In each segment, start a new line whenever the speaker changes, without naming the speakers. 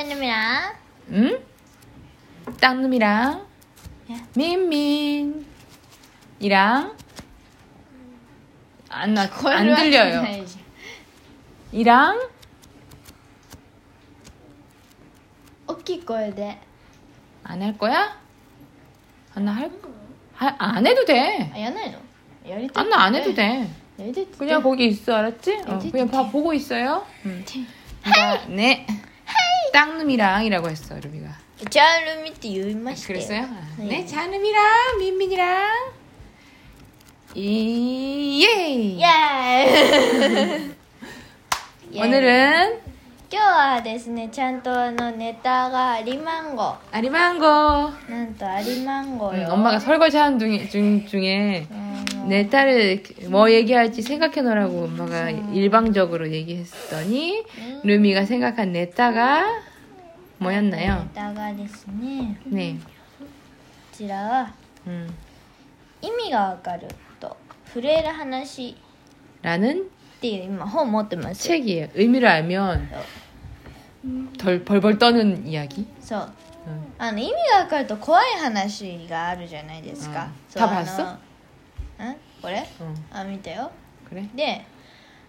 짠놈이랑
응? 땅놈이랑 민민 이랑 안, 나, 안 들려요 이랑
웃기 거야 돼.
안 할 거야? 안나 할, 할, 안 해도 돼.
아, 연애로. 열이
아, 안나 안 해도 돼.
열이
그냥 음. 거기 있어, 알았지? 어,
알지,
그냥
알지.
봐, 보고 있어요. 응. 나, 네. 땅놈이랑이라고 했어, 루비가.
짠놈이 때 유인맛이
그랬어요? 아,
네.
네, 잔음이랑 민민이랑. 이, 예!
예. イエーイ
오늘은
今日はですねちゃんとあのネタがアリマンゴ
아리망고.
なんとアリマンゴ
응,
よ、
음, 엄마가 설거지 하는 중, 중, 중에
음,
내 딸을 뭐 얘기할지 생각해 놓으라고 엄마가 일방적으로 얘기했더니 루미가 생각한 내 딸가
ネ
뭐였나요?
タがですね
네.
こちらは
음.
意味がわかると触れる話っ
라는
ていう今本持ってますよ
책이에요. 의미를 알면
어.
덜 벌벌 떠는 이야기.
そう
응
あの意味がわかると怖い話があるじゃないですか、
うん
そう
タバ
あ
ス
のんこれ
어,
あ見たよ
그래.
で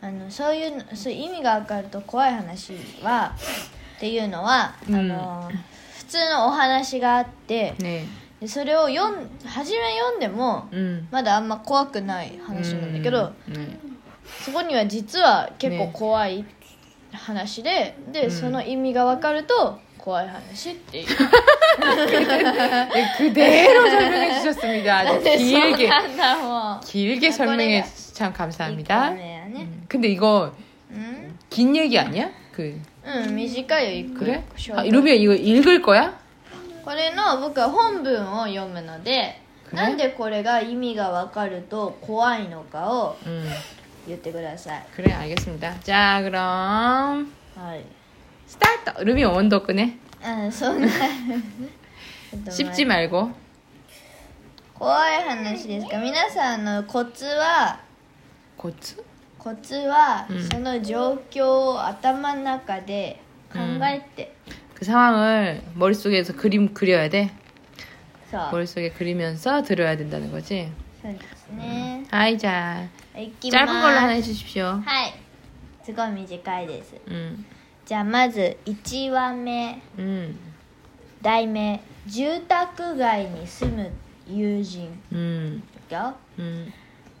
あのそういうのそういう意味が分かると怖い話はっていうのは、
うん
あの普通のお話があって、
네.
でそれを読ん初め読んでも、
음.
まだあんま怖くない話なんだけど、
음, 네.
そこには実は結構
ね
怖い話で、で、その意味が分かると怖い話っていう
네, 그대로 설명해 주셨습니다. 아주
でそう
길게
なんだもう
길게
아,
설명해
꺼내가.
주셔서 참
一
감사합니다.
個目やね
음, 근데 이거
うん、
긴 얘기 아니야? 그
うん、短いよ一個
그래?
一個
아, 루비야 이거 읽을 거야?
これの僕は本文を読むので
くね
なんでこれが意味が分かると怖いのかを
음.
言ってください
그래 알겠습니다. 자 그럼
はい、
스타트. 루비 원덕분네
うん、そ んなちょっと待
씹지
って
말고.
怖い話ですか皆さんのコツは
고추?
コツは、
うん
その状況を頭の中で考えて、
그 상황을 머릿속에서 그림 그려야 돼.
そう
머릿속에 그리면서 들어야 된다는 거지.
そうですね、
아이 자.
いきま
짧은
す
걸로 하나 해주십시오.
はいすごい短いです
음.
じゃあまず1話目
음.
題名住宅街に住む友人
음.
よ
음.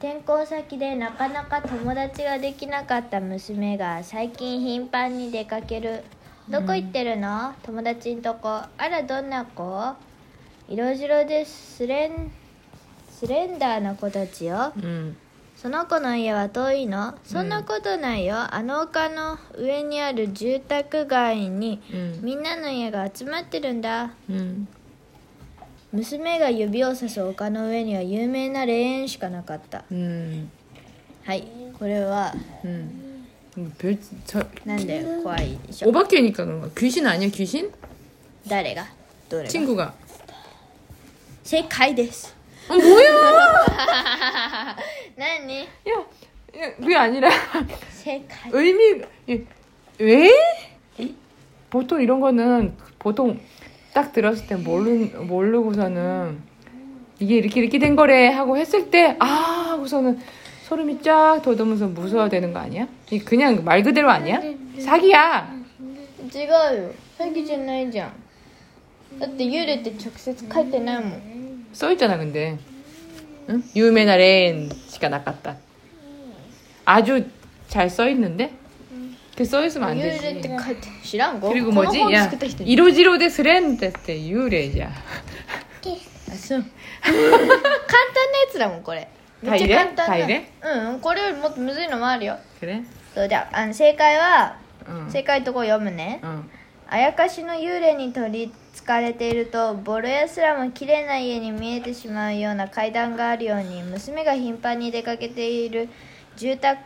転校先でなかなか友達ができなかった娘が最近頻繁に出かけるどこ行ってるの、友達んとこあらどんな子色白でスレンスレンダーな子たちよ
음.
その子の家は遠いのそんなことないよ、あの丘の上にある住宅街に
음.
みんなの家が集まってるんだ
음.
娘が指をさす丘の上には有名な霊園しかなかった
음.
はいこれは
음. 음, 별, 저,
なんで怖いでしょ
오바키니까 그런가? 귀신 아니야, 귀신?
誰がどれが
친구가.
正解です
어, 뭐야!
何
야, 야, 그게 아니라
正解
의미 예, 왜? 보통 이런 거는 보통 딱 들었을 때 모르 모르고서는 이게 이렇게 이렇게 된 거래 하고 했을 때 아 하고서는 소름이 쫙 돋으면서 무서워되는 거 아니야? 이 그냥 말 그대로 아니야? 사기야.
違うよ詐欺じゃないじゃんだって幽霊って直接書いてないもん
써 있잖아 근데 응? 유메나 레인 시가 나갔다. 아주 잘 써 있는데 그 써 있으면 안
幽霊
되지.
って書いて知らんご
어, 그리고
この
뭐지?
本
야
作った人
이로지로 대 스렌데 때 유레야.
あそう簡単なやつだもんこれめっちゃ簡単
大
な
入れ
うんこれよりもっとむずいのもあるよ
그래? 어,
そうじゃああの正解は
응.
正解のとこ読むね
응.
あやかしの幽霊に取りつかれているとボロ屋すらも綺麗な家に見えてしまうような階段があるように娘が頻繁に出かけている住宅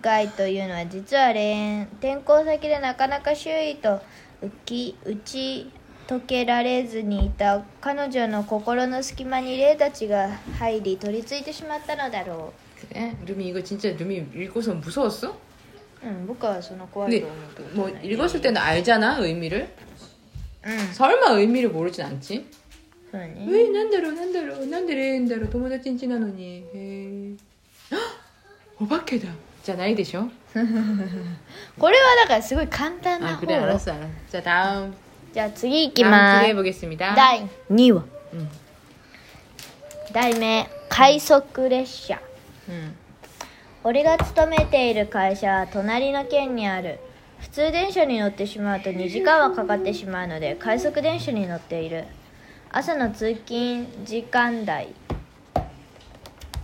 街というのは実は霊園転校先でなかなか周囲と浮き打ち解けられずにいた彼女の心の隙間に霊たちが入り取り付いてしまったのだろ
그래? 루미 이거 진짜 루미 읽고서 무서웠어?
ううん僕はその怖い
근데
と思うけど
뭐 읽었을 때는 알잖아 의미를.
うんそ
설마 의미를 모르진 않지?
うね
왜 난다로 난다로 난데레 난다로 도모다친지 나노니 에이. 헉! 오바케다. 자 나이 되셔.
これはだからすごい簡単な
아
方
그래 알았어 알았어. 자 다음
じゃあ次いき
다음
ます
기대해 보겠습니다.
第2話、
うん
題名快速列車
음.
俺が勤めている会社は隣の県にある普通電車に乗ってしまうと2時間はかかってしまうので快速電車に乗っている朝の通勤時間帯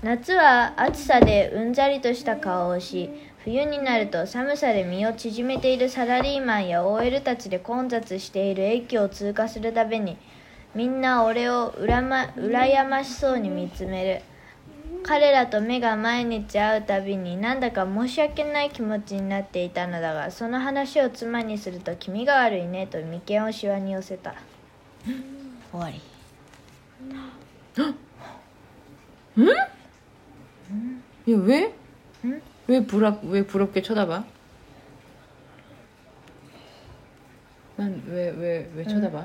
夏は暑さでうんざりとした顔をし冬になると寒さで身を縮めているサラリーマンや OL たちで混雑している駅を通過するたびにみんな俺をうら、ま、羨ましそうに見つめる彼らと目が毎日会うたびになんだか申し訳ない気持ちになっていたのだがその話を妻にすると「気味が悪いね」と眉間をしわに寄せた終わり
얘 왜?
응?
왜 부럽 왜 부럽게 쳐다봐? 난 왜 왜 왜 쳐다봐?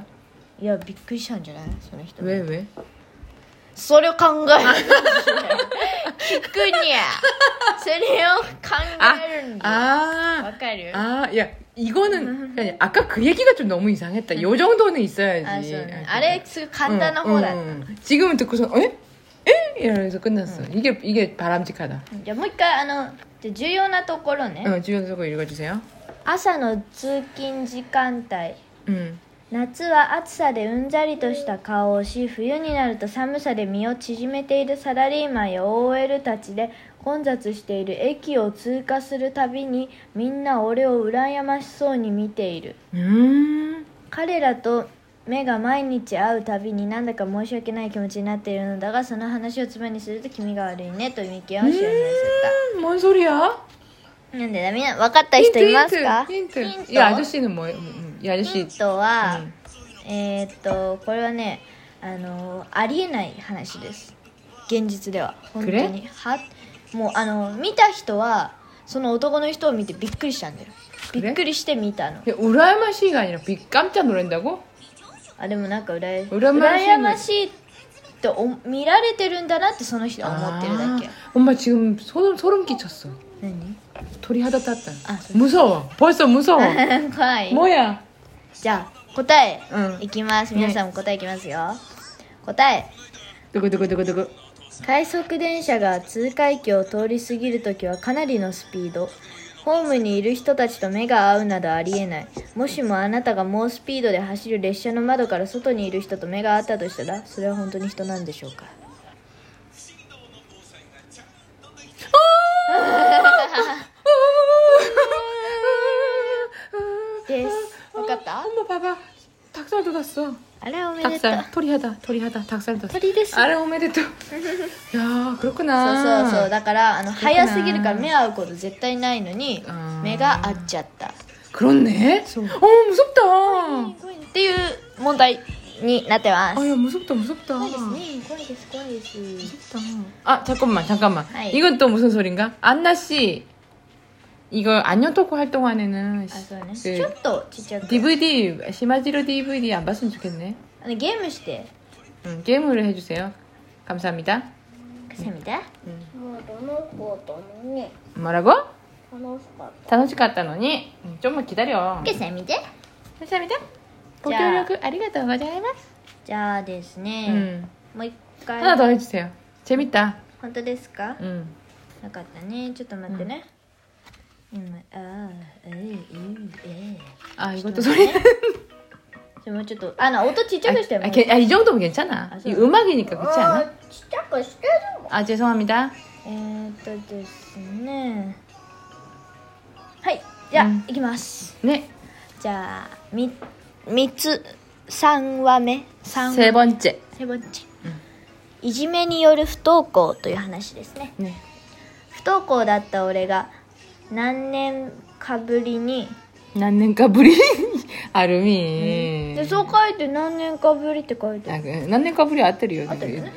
いやびっくりしたんじゃないその 人
왜 왜?
それを考える聞くにゃそれを考えるんだわ
아,
かる
아, 야, 이거는 아니, 아까 그 얘기가 좀 너무 이상했다. 요 정도는
あそう
있어야지. 아, 그. 어,
ねあれすごい簡単な方だった、
지금은 듣고서 에? 에? 이러면서 끝났어. 이게 이게 바람직하다.
じゃあもう一回あのじゃあ重要なところね、
어, 주연 소고 읽어주세요.
朝の通勤時間帯
음,
夏は暑さでうんざりとした顔をし冬になると寒さで身を縮めているサラリーマンや OL たちで混雑している駅を通過するたびにみんな俺を羨ましそうに見ている
음,
彼らと目が毎日会うたびになんだか申し訳ない気持ちになっているのだがその話を妻にすると気味が悪いねと意見を示させ
음, 뭔 소리야?
たなんでだみんな分かった人いますか
힌트.
ヒント
이 아저씨는 뭐예요? 음, 음, 이
ヒン
아저씨
トは、
うん
えーっとこれはねあのありえない話です現実では本当
く
にはもうあの見た人はその男の人を見てびっくりしたんだよ
く
び
れ
っくりして見たの
우라야마시가 아니라 비 깜짝 놀란다고?
あでもなんかうらや
羨ましいね
羨ましいってお見られてるんだなってその人は思ってるだけ
아, 엄마 지금 소름 소름 끼쳤어.
何
돌이 하다 탔다.
아, 네. 소름.
무서워. 벌써 무서워.
怖い
뭐야?
じゃあ答え
うん
いきます皆さんも答えいきますよ答え
누구 누구 누구 누구?
快速電車が通過駅を通り過ぎるときはかなりのスピードホームにいる人たちと目が合うなどありえないもしもあなたが猛スピードで走る列車の窓から外にいる人と目が合ったとしたらそれは本当に人なんでしょうかです分かった
어, 엄마 봐봐. 닭살 돋았어.
あれおめでとう
닭살. 토리하다. 토리하다. 닭살 돋았어.
토리 됐어.
아래 오메데토. 야,
そう
그렇구나.
そうそうだからあの
うだな
早すぎるから目合うこと絶対ないのに
あー
目が合っちゃった
그렇네. 어, 무섭다.
っていう問題になってます
아, 야, 무섭다. 무섭다.
怖いですね怖いです怖いです
아 잠깐만 잠깐만
아이.
이건 또 무슨 소린가? 안나 씨 이거 안녕 토크 활동안에는
あそうね、ちょ
그
っとちっちゃく
DVD 시마지로 DVD 안 봤으면 좋겠네
あのゲームして
음, 게임을 해주세요 감사합니다
くせみだ
음. 뭐라고? 단호식갔다노니 음, 좀만 기다려
くせみで
감사합니다
자.
고교력 아리가또 고자이마스
じゃあですね、
음.
もう一回
하나 더 해주세요 재밌다
本当ですか、
음.
なかったねちょっと待ってね、今あーえいえい
아
え
이것도 소리
じゃあもうちょっとあの音ちっちゃくしても
아, 개- 아, 이 정도면 괜찮아 어.
아,
이
좋아.
음악이니까 그렇지 않아?
ちっちゃくしてる
아 죄송합니다
えー、っとですねはいじゃあ、
うん
いきます
네
じゃあみ三つ三話目三
세 번째
セボンチ
うん
いじめによる不登校という話ですね
네.
不登校だった俺が何年かぶりに
난넨가 부리 아름이.
でそう書いて何年かぶりって書いてある
아, 그, 난넨가 부리 아들이요.
아들이네?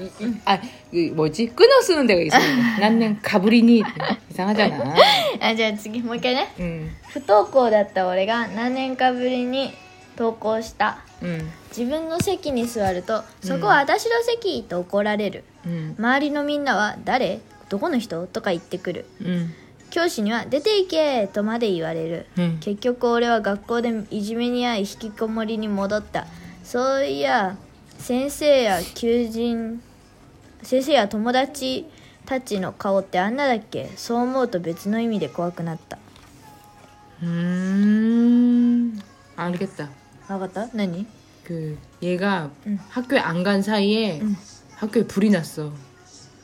아, 그 뭐지? 끊어 쓰는 데가 있어요. 난넨가 부리니 이상하잖아.
あじゃあ次もう一回ね
음.
不登校だった俺が何年かぶりに投稿した
うん
自分の席に座ると「そこは私の席!」と怒られる
うん
周りのみんなは「誰どこの人?」とか言ってくる
うん
教師には「出て行け!」とまで言われる
うん
結局俺は学校でいじめに遭い引きこもりに戻ったそういや先生や求人先生や友達たちの顔ってあんなだっけそう思うと別の意味で怖くなった
음 알겠다
分かった何
그 얘가
응.
학교에 안 간 사이에
응.
학교에 불이 났어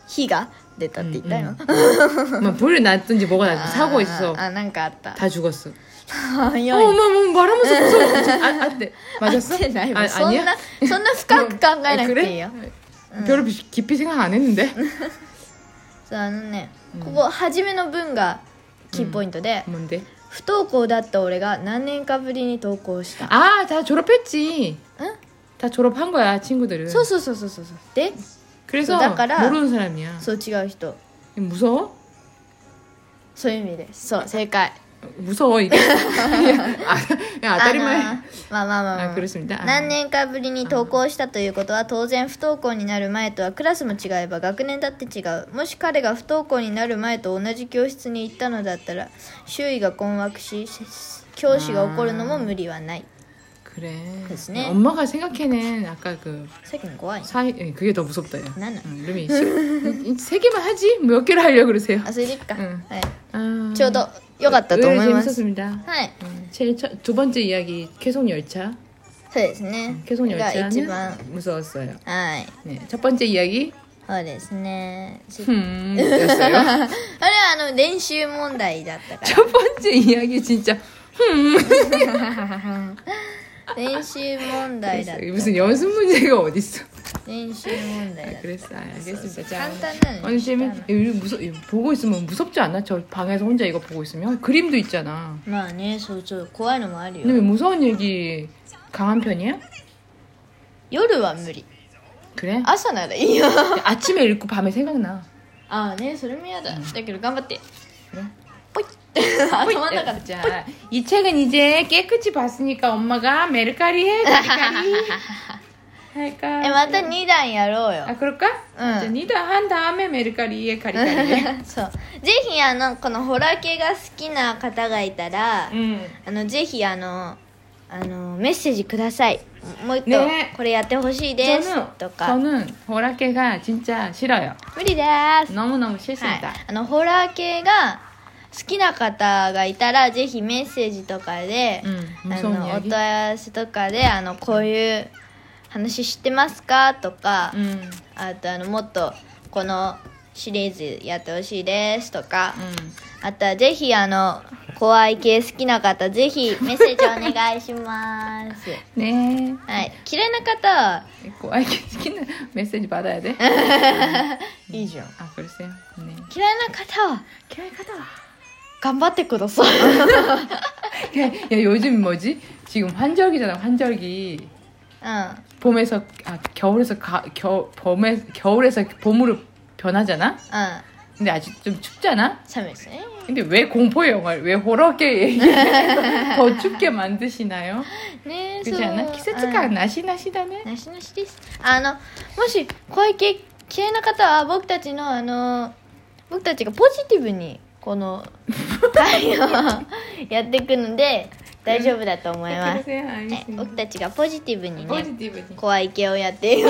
火が出たって言ったよ
막 불이 났든지 뭐가 났든지 사고 있어
あなんかあった
다 죽었어 어,
早い
엄마 뭐 말하면서 무서워 아, 아, 네. 맞았어?
아, 나이
아,
뭐そんな
아니야? 아,
そんな深く考えなくていい
그래? 음.
よ
별로 깊- 깊이 생각 안 했는데
음. そうあのね
うん
ここ初めの文がキーポイントで
뭔데?
不登校だった俺が何年かぶりに登校した
아 다 졸업했지
응?
다 졸업한 거야 친구들은
そうそうそうそうそうそうで
그래서
그러니까-
모르는 사람이야
そう違う人
무서워?
そういう意味ですそう正解
무서워 이게 아, 그냥
あの
아다리만
まあまあまあまあ、
あ그렇습니다あ
何年かぶりに登校したということは当然不登校になる前とはクラスも違えば学年だって違うもし彼が不登校になる前と同じ教室に行ったのだったら周囲が困惑し教師が怒るのも無理はない
그래.
글쎄네.
엄마가 생각해낸 아까 그
さっきの怖い
사이 예, 그게 더 무섭다. 야.
나는.
응, 루미 시- 이세 개만 하지 몇 개를 하려 고 그러세요?
あそれでいくか、
うん
はい、
아,
ちょうど良かったと思
의외로
います
재밌었습니다.
はい
음, 제일 첫- 두 번째 이야기 계속 열차.
そうですね
계속
が一番
열차는 무서웠어요.
はい
네, 첫 번째 이야기
そうですね
흠였어요.
あれはあの練習問題だったか
첫 번째 이야기 진짜
ら練習問題だっ
그랬어요. 무슨 연습 문제가 어딨어
た練習問題だった
그랬어. 알겠습니다. 자,
간단한
오늘- 오늘 재미
일단.
이거 무서 이거 보고 있으면 무섭지 않나? 저 방에서 혼자 이거 보고 있으면 그림도 있잖아.
まあねそうそう怖いのもある
근데
よ
왜 무서운 얘기 강한 편이야?
夜は無理
그래?
朝ならいいよ
아, 침에 읽고 밤에 생각나.
ああねそれも嫌だだけど頑張って
그래?
ポイッ頭の中で
자, 이 책은 이제 깨끗이 봤으니까 엄마가 메르카리 해. 메르카리. 할까?
えまた2段やろうよ
아, 그럴까?
예, 응.
이제 니다 한 다음에 메르카리에 가리가리. 해.
そうぜひあのこのホラ系が好きな方がいたら、
응.
あのぜひあのあのメッセージくださいもう一個、
ね
これやってほしいです
저는
とか
저는 호라케가 진짜 싫어요.
無理です
너무너무
はい
싫습니다. 、
あのホラー系が好きな方がいたらぜひメッセージとかで、
うん
あ
そうね
のお問い合わせとかであのこういう話知ってますかとか、
음.
あとあのもっとこのシリーズやってほしいですとか、
음.
あとはぜひあの怖い系好きな方ぜひメッセージお願いします、
네.
はい、嫌いな方は
꼬아이게 시키는 메시지 받아야 돼.
いいじゃん
아 글쎄요. 네.
嫌いな方は
계획하다.
頑張ってください
네. 야 요즘 뭐지? 지금 환절기잖아 환절기.
うん
봄에서 아 겨울에서 가, 겨 봄에 겨울에서 봄으로 변하잖아.
うん
근데 아직 좀 춥잖아.
寒いですね
근데 왜 공포 영화를 왜 호러게 얘기해서 더 춥게 만드시나요?
ねえ
그렇지 않아?
う
기세츠가
ん
나시나시다네.
なしなしですあのもし小池嫌いな方は僕たちのあの僕たちがポジティブにこ の会を やっていくので大丈夫だと思います、
네, 그러세요.
ね、
알겠습니다.
僕たちがポジティブ
네.
にね
포지티브니.
怖い系をやっていく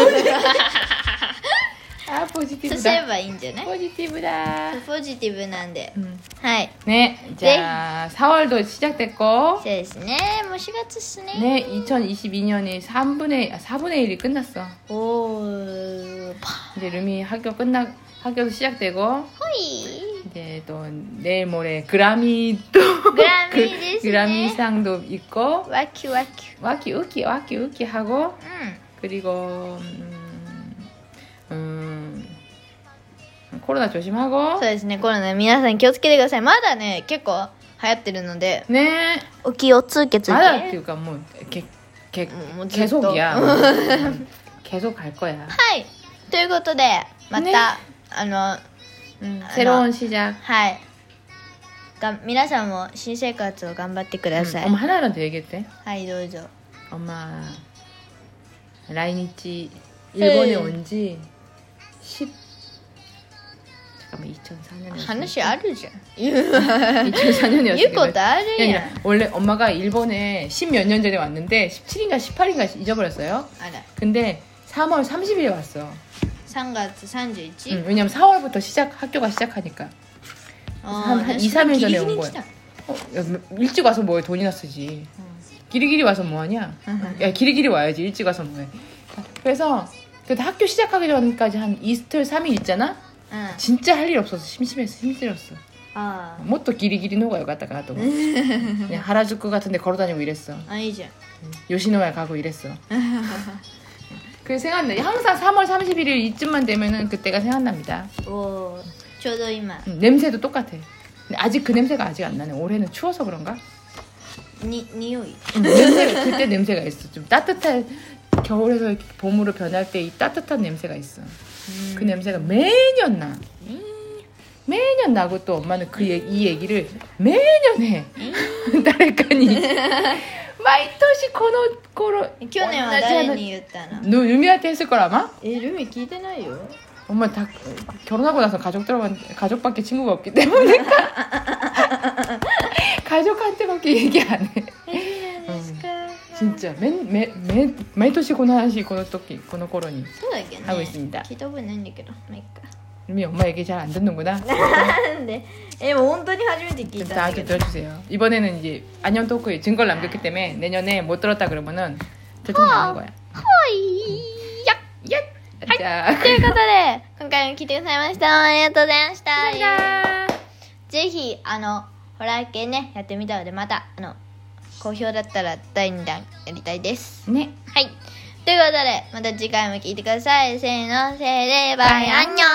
아
そうすれ
포지티브다.
ばいいんじゃない
포지티브다.
ポジティブなんで
음.
はい
네, 자 4월도 시작됐고
そうですねもう4月っすね
네 2022년이 3분의 아, 4분의 1이 끝났어.
おーパ
이제 룸이 학교 끝나 학교도 시작되고
ホイ
이제 또 내일 모레 그라미 또
그라미
그-
됐네.
그라미상도 있고
ワキワキ
와키 우키 와키 우키 하고
うん
그리고 음, 음, 코로나 そ
そう
조심하고
ですね、コロナ皆さん気をつけてください。まだね、結構流行ってるので、
네
お気をつけつ
맞아 그러니까 뭐 개, 개,
음, 뭐
계속이야
또.
음, 계속 갈 거야.
はい。ということで、また、
ね
あの、
음,
아, 하나.
새로운 시작.
はい。が皆さんも新生活を頑張ってくだ
음,
さい。
어머 하나라도 얘기했대.
はい、どうぞ。
엄마来日일본에
네.
온 지 10... 잠깐만 2004년에
話あるじゃん。言う
2004년이었어
言うことあるやん。
원래 엄마가 일본에 10몇 년 전에 왔는데 17인가 18인가 잊어버렸어요
あら、
근데 3월 30일에 왔어
3月31日。
응, 왜냐면 4월부터 시작 학교가 시작하니까
あー
한2-3일 전에
ギリギ
온
リ
거야
来た
어, 야, 일찍 와서 뭐해 돈이나 쓰지 길이길이 와서 뭐하냐
응.
야 길이길이 와야지 일찍 와서 뭐해 그래서 그때 학교 시작하기 전까지 한 이틀 3일 있잖아
うん。あ
진짜 할 일 없어서 심심해서 힘들었어
あー。
뭐또 길이길이 노가 요갔다가 하고 그냥 하라주쿠 같은데 걸어다니고 이랬어
あ、いいじゃん。
요시노야 가고 이랬어 그게 생각나 항상 3월 31일 이쯤만 되면은 그때가 생각납니다
おーちょうど今
음, 냄새도 똑같아 근데 아직 그 냄새가 아직 안 나네 올해는 추워서 그런가
に匂い
음, 냄새가 그때 냄새가 있어. 좀 따뜻한 겨울에서 이렇게 봄으로 변할 때 이 따뜻한 냄새가 있어. 그 냄새가 매년 나. 매년 나고 또 엄마는 그 얘- 이 얘기를 매년 해. 딸애까니 마이토시 코노 코로
去年は誰に言ったの
누 유미한테 했을 걸 아마?
えルミ聞いてないよ
엄마 다 결혼하고 나서 가족 들어간 가족밖에 친구가 없기 때문에 가족한테밖에 얘기 안 해.
えそうなんですか、
진짜 맨매매 매도시 고나시 고노 토끼 고노 코로니
そうだっけね
あ美味しいんだ
聞いた覚えないんだけどまあいっか
우리 엄마 얘기 잘 안 듣는구나.
なんでえもう本当に初めて聞いたんだけ
나한테
ど
들어주세요. 이번에는 이제 안녕 토크에 증거를 남겼기 때문에 내년에 못 들었다 그러면은 들통 나는 거야.
はいや
자 그-
ということで今回も聞いてくださいましたありがとうございましたぜひあのホラー系ねやってみたのでまたあの好評だったら第2弾やりたいです
네.
はい。ということで、また次回も聞いてください。せーの、せーで、バイ、アンニョン